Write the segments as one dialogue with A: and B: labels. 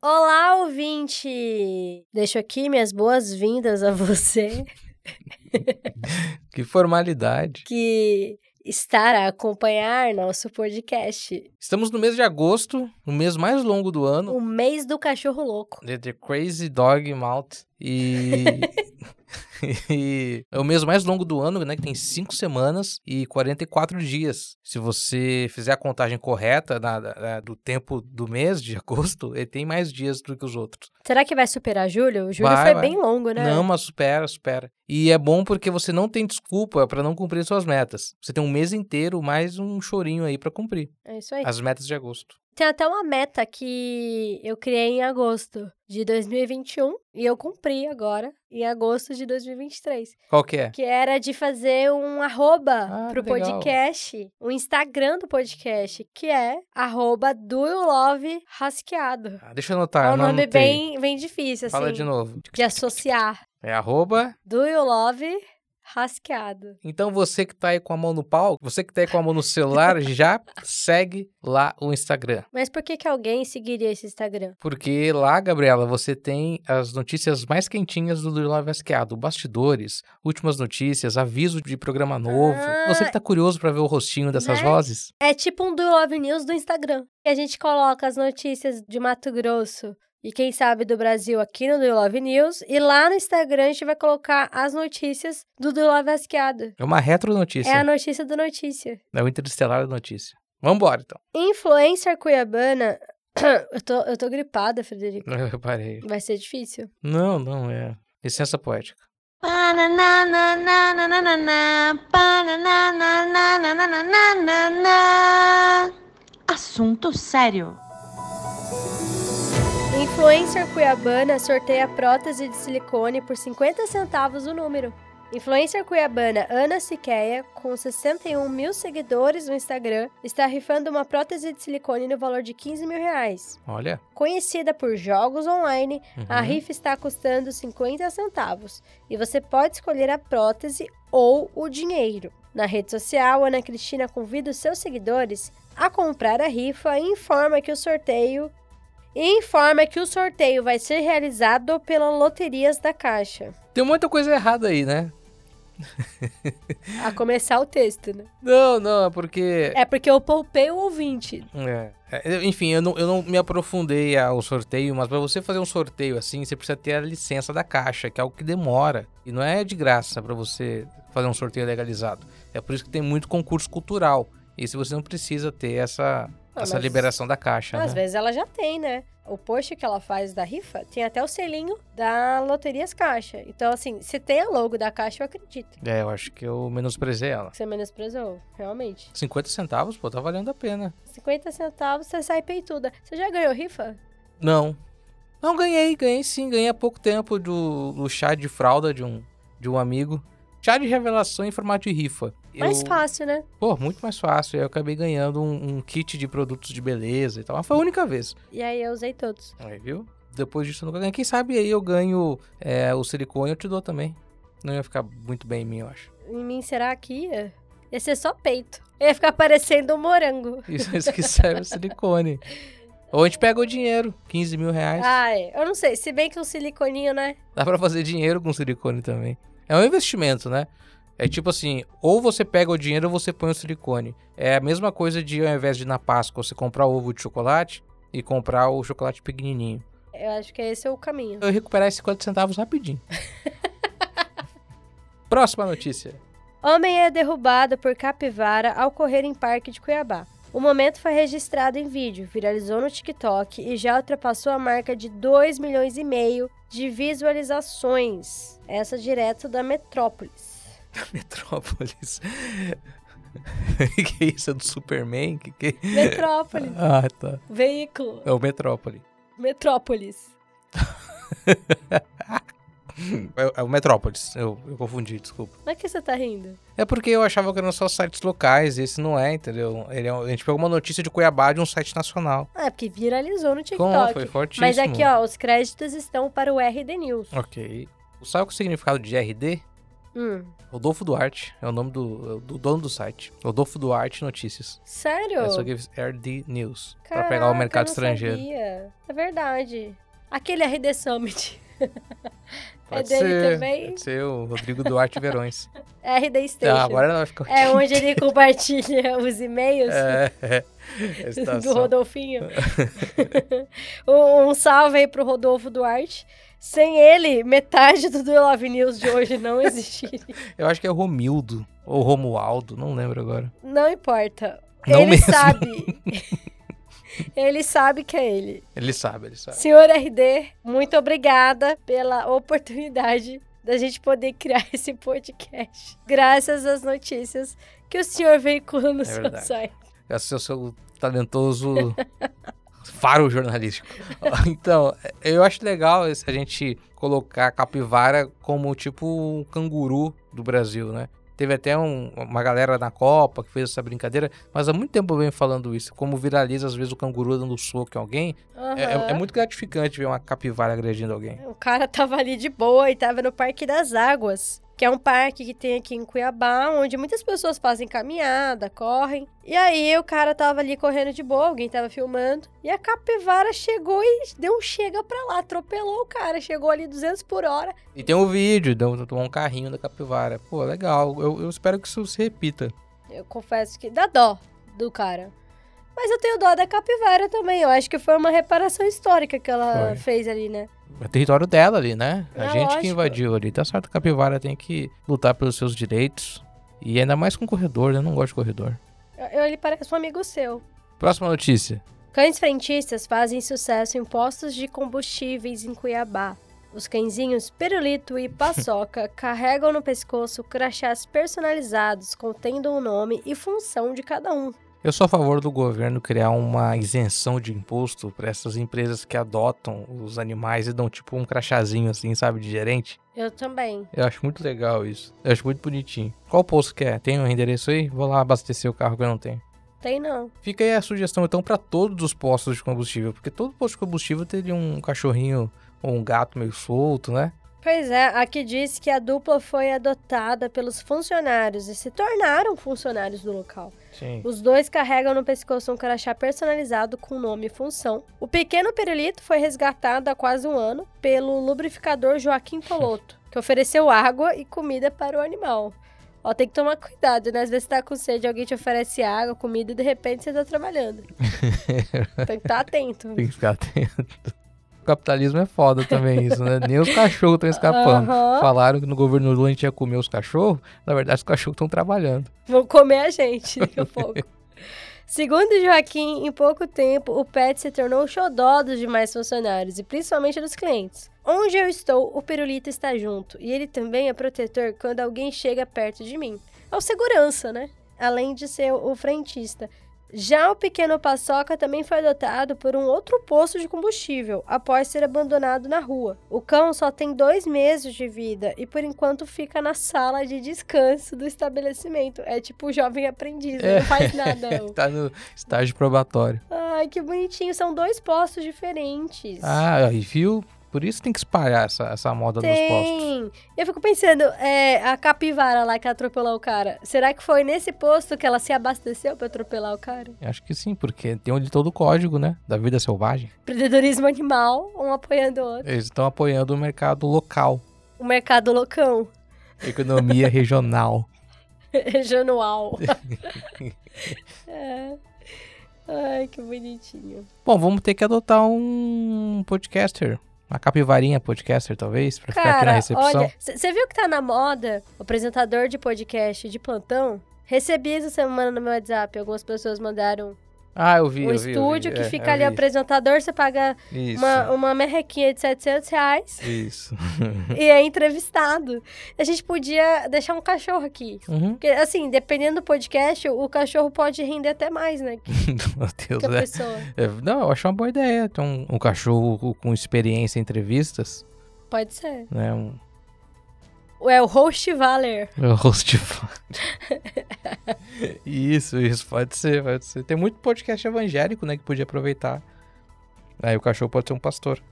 A: Olá, ouvinte! Deixo aqui minhas boas-vindas a você
B: Que formalidade.
A: que estará a acompanhar nosso podcast.
B: Estamos no mês de agosto, o mês mais longo do ano.
A: O mês do cachorro louco.
B: The, the Crazy Dog Mouth. E... e é o mês mais longo do ano, né? Que tem 5 semanas e 44 dias. Se você fizer a contagem correta da- da- da- do tempo do mês de agosto, ele tem mais dias do que os outros.
A: Será que vai superar julho? Julho
B: Vai,
A: foi
B: vai.
A: bem longo, né?
B: Não, mas supera, supera. E é bom porque você não tem desculpa pra não cumprir suas metas. Você tem um mês inteiro mais um chorinho aí pra cumprir.
A: É isso aí.
B: As metas de agosto.
A: Tem até uma meta que eu criei em agosto de 2021 e eu cumpri agora em agosto de 2023.
B: Qual que é?
A: Que era de fazer um arroba
B: Ah,
A: pro
B: que legal.
A: podcast, o Instagram do podcast, que é arroba do you love rasqueado.
B: Ah, deixa
A: é
B: eu anotar.
A: um
B: eu não
A: nome
B: anotei.
A: bem, bem difícil,
B: Fala
A: assim,
B: de
A: de,
B: novo.
A: associar.
B: É arroba.
A: Do you love rasqueado.
B: Então você que tá aí com a mão no pau, você que tá aí com a mão no celular, já segue lá o Instagram.
A: Mas por que, que alguém seguiria esse Instagram?
B: Porque lá, Gabriela, você tem as notícias mais quentinhas do Lula Vasqueado. Bastidores, últimas notícias, aviso de programa novo.
A: Ah,
B: você que tá curioso pra ver o rostinho dessas
A: né?
B: vozes,
A: É tipo um Do You Love News do Instagram. Que a gente coloca as notícias de Mato Grosso e quem sabe do Brasil aqui no Do You Love News. E lá no Instagram a gente vai colocar as notícias do Do You Love Asqueado.
B: é uma retro
A: É a
B: notícia.
A: notícia do notícia.
B: É, o interestelar da notícia. Vambora, então.
A: Influencer cuiabana... eu, tô, eu tô gripada, Frederico.
B: Eu reparei.
A: Vai ser difícil.
B: Não, não, é. Licença poética.
C: Assunto sério.
A: Influencer cuiabana sorteia prótese de silicone por 50 centavos o número. Influencer cuiabana Ana Siqueia, com 61 mil seguidores no Instagram, está rifando uma prótese de silicone no valor de 15 mil reais.
B: Olha.
A: Conhecida por jogos online, a
B: Uhum.
A: rifa está custando 50 centavos e você pode escolher a prótese ou o dinheiro. Na rede social, Ana Cristina convida os seus seguidores a comprar a rifa e informa que o sorteio e informa que o sorteio vai ser realizado pela Loterias da Caixa.
B: Tem muita coisa errada aí, né?
A: A começar o texto, né?
B: Não, não, é porque.
A: É porque eu poupei o ouvinte.
B: É. É, eu- Enfim, eu não, eu não me aprofundei ao sorteio, mas pra você fazer um sorteio assim, você precisa ter a licença da caixa, que é algo que demora. E não é de graça pra você fazer um sorteio legalizado. É por isso que tem muito concurso cultural. E se você não precisa ter essa,
A: Ah,
B: essa
A: mas-
B: liberação da caixa,
A: Às
B: né?
A: vezes ela já tem, né? O post que ela faz da rifa tem até o selinho da Loterias Caixa. Então, assim, se tem a logo da Caixa, eu acredito.
B: É, eu acho que eu menosprezei ela.
A: Você menosprezou, realmente.
B: 50 centavos, pô, tá valendo a pena.
A: 50 centavos, você sai peituda. Você já ganhou rifa?
B: Não. Não ganhei, ganhei sim, ganhei há pouco tempo do, do chá de fralda de um, de um amigo. Chá de revelação em formato de rifa.
A: Mais
B: Eu-
A: fácil, né?
B: Pô, muito mais fácil. Aí eu acabei ganhando um, um kit de produtos de beleza e tal. Mas foi a única vez.
A: E aí eu usei todos.
B: Aí, viu? Depois disso eu nunca ganhei. Quem sabe aí eu ganho é, o silicone, eu te dou também. Não ia ficar muito bem em mim, eu acho.
A: Em mim, será que ia? Ia ser só peito. Ia ficar parecendo um morango.
B: Isso é isso que serve o silicone. Ou a gente pega o dinheiro, 15 mil reais.
A: Ai, Ah, eu não sei. Se bem que um siliconinho, né?
B: Dá pra fazer dinheiro com silicone também. É um investimento, né? É tipo assim, ou você pega o dinheiro ou você põe o silicone. É a mesma coisa de ao invés de na Páscoa você comprar ovo de chocolate e comprar o chocolate pequenininho.
A: Eu acho que esse é o caminho.
B: eu recuperar esses 50 centavos rapidinho. Próxima notícia.
A: Homem é derrubado por capivara ao correr em parque de Cuiabá. O momento foi registrado em vídeo, viralizou no TikTok e já ultrapassou a marca de 2 milhões e meio de visualizações. Essa direto da Metrópolis.
B: Metrópolis. que isso? É do Superman? Que é? que...
A: Metrópolis.
B: Ah, tá.
A: Veículo.
B: É o Metrópole.
A: Metrópolis.
B: É, é o Metrópolis. Eu, eu confundi, desculpa.
A: Como é que você tá rindo?
B: É porque eu achava que eram só sites locais, esse não é, entendeu? Ele é um- a gente pegou uma notícia de Cuiabá de um site nacional.
A: Ah, é porque viralizou no TikTok.
B: Como foi fortíssimo.
A: Mas aqui,
B: Ah.
A: ó, os créditos estão para o RD News.
B: é Ok. Sabe o significado de RD?
A: Hum,
B: Rodolfo Duarte é o nome do, do dono do site. Rodolfo Duarte Notícias.
A: sério?
B: É só que eles- RD News. pra pegar o
A: Caraca, eu
B: mercado
A: não
B: estrangeiro.
A: sabia. É verdade. Aquele RD Summit.
B: Pode
A: É dele
B: ser,
A: também?
B: Pode ser o Rodrigo Duarte Verões.
A: RD Station.
B: ah, agora ela ficou.
A: É onde ele compartilha os e-mails
B: É, é. Essa
A: do
B: situação.
A: Rodolfinho. um um salve aí pro Rodolfo Duarte. Sem ele, metade do The Love News de hoje não existiria.
B: Eu acho que é Romildo ou Romualdo, não lembro agora.
A: Não importa.
B: Não
A: ele
B: mesmo.
A: sabe. ele sabe que é ele.
B: Ele sabe, ele sabe.
A: Senhor RD, muito obrigada pela oportunidade da gente poder criar esse podcast. Graças às notícias que o senhor veicula no seu
B: verdade.
A: site.
B: Esse é o seu talentoso faro jornalístico. Então, eu acho legal esse- a gente colocar a capivara como tipo um canguru do Brasil, né? Teve até um- uma galera na Copa que fez essa brincadeira, mas há muito tempo eu venho falando isso, como viraliza às vezes o canguru dando soco em alguém. É- é-
A: Aham.
B: é muito gratificante ver uma capivara agredindo alguém.
A: O cara tava ali de boa e tava no Parque das Águas, que é um parque que tem aqui em Cuiabá, onde muitas pessoas fazem caminhada, correm. E aí o cara tava ali correndo de boa, alguém tava filmando, e a capivara chegou e deu um chega pra lá, atropelou o cara, chegou ali 200 por hora.
B: E tem um vídeo de um, de um carrinho da capivara. Pô, legal. Eu, eu espero que isso se repita.
A: Eu confesso que dá dó do cara. Mas eu tenho dó da capivara também. Eu acho que foi uma reparação histórica que ela
B: Foi.
A: fez ali, né?
B: É território dela ali, né? A
A: É,
B: gente
A: lógico.
B: que invadiu ali. Tá certo, a capivara tem que lutar pelos seus direitos. E ainda mais com corredor, né? Eu não gosto de corredor.
A: Eu- eu- ele parece um amigo seu.
B: Próxima notícia.
A: Cães frentistas fazem sucesso em postos de combustíveis em Cuiabá. Os cãezinhos Pirulito e Paçoca carregam no pescoço crachás personalizados contendo o nome e função de cada um.
B: Eu sou a favor do governo criar uma isenção de imposto para essas empresas que adotam os animais e dão tipo um crachazinho assim, sabe, de gerente.
A: Eu também.
B: Eu acho muito legal isso. Eu acho muito bonitinho. Qual posto que é? Tem um endereço aí? Vou lá abastecer o carro que eu não tenho.
A: Tem não.
B: Fica aí a sugestão, então, pra todos os postos de combustível, porque todo posto de combustível teria um cachorrinho ou um gato meio solto, né?
A: Pois é, aqui diz que a dupla foi adotada pelos funcionários e se tornaram funcionários do local.
B: Sim.
A: Os dois carregam no pescoço um crachá personalizado com nome e função. O pequeno pirulito foi resgatado há quase um ano pelo lubrificador Joaquim Poloto, que ofereceu água e comida para o animal. Ó, tem que tomar cuidado, né? Às vezes você tá com sede, alguém te oferece água, comida e de repente você tá trabalhando. tem que estar atento.
B: Tem que ficar atento. O capitalismo é foda também, isso, né? Nem os cachorros estão escapando.
A: Aham.
B: Falaram que no governo Lula a gente ia comer os cachorros, na verdade os cachorros estão trabalhando.
A: Vão comer a gente daqui a pouco. Segundo Joaquim, em pouco tempo, o pet se tornou o xodó dos demais funcionários e principalmente dos clientes. Onde eu estou, o pirulito está junto e ele também é protetor quando alguém chega perto de mim. É o segurança, né? Além de ser o frentista. Já o pequeno Paçoca também foi adotado por um outro posto de combustível após ser abandonado na rua. O cão só tem dois meses de vida e por enquanto fica na sala de descanso do estabelecimento. É tipo o jovem aprendiz, né? não faz nada. não.
B: Tá no estágio probatório.
A: Ai, que bonitinho. São dois postos diferentes.
B: Ah, e viu? Por isso tem que espalhar essa, essa moda dos postos.
A: Tem. Eu fico pensando, é, a capivara lá que atropelou o cara. Será que foi nesse posto que ela se abasteceu pra atropelar o cara?
B: Acho que sim, porque tem onde todo o código, né? Da vida selvagem.
A: Predadorismo animal, um apoiando o outro.
B: Eles estão apoiando o mercado local,
A: O mercado loucão.
B: economia regional.
A: Janual. É. Ai, que bonitinho.
B: Bom, vamos ter que adotar um podcaster. Uma capivarinha podcaster, talvez, pra ficar aqui na
A: Cara,
B: recepção.
A: olha, você viu que tá na moda o apresentador de podcast de plantão? Recebi essa semana no meu WhatsApp, algumas pessoas mandaram
B: Ah, eu vi,
A: um
B: eu vi, eu
A: estúdio
B: vi.
A: que
B: É,
A: fica
B: eu
A: ali
B: vi.
A: apresentador, você paga
B: Isso,
A: uma, uma merrequinha de 700 reais
B: isso.
A: e é entrevistado. A gente podia deixar um cachorro aqui.
B: Uhum.
A: Porque, assim, dependendo do podcast, o cachorro pode render até mais, né? Que
B: Meu Deus,
A: que a
B: é.
A: pessoa.
B: É, Não, eu acho uma boa ideia ter um, um cachorro com experiência em entrevistas,
A: Pode ser.
B: né? Um
A: É o host Valer.
B: um host de Isso, isso, pode ser, pode ser. Tem muito podcast evangélico, né, que podia aproveitar. Aí o cachorro pode ser um pastor.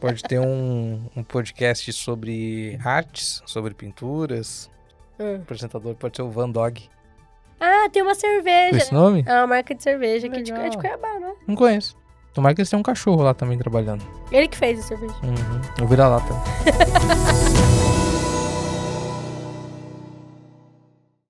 B: pode ter um, um podcast sobre artes, sobre pinturas.
A: Hum.
B: O apresentador pode ser o Van Dog.
A: Ah, tem uma
B: Com
A: cerveja.
B: esse nome?
A: É uma marca de cerveja aqui de,
B: Legal.
A: é de Cuiabá, né?
B: Não conheço. Tomara que eles tenham um cachorro lá também trabalhando.
A: Ele que fez a cerveja.
B: Uhum. O vira-lata.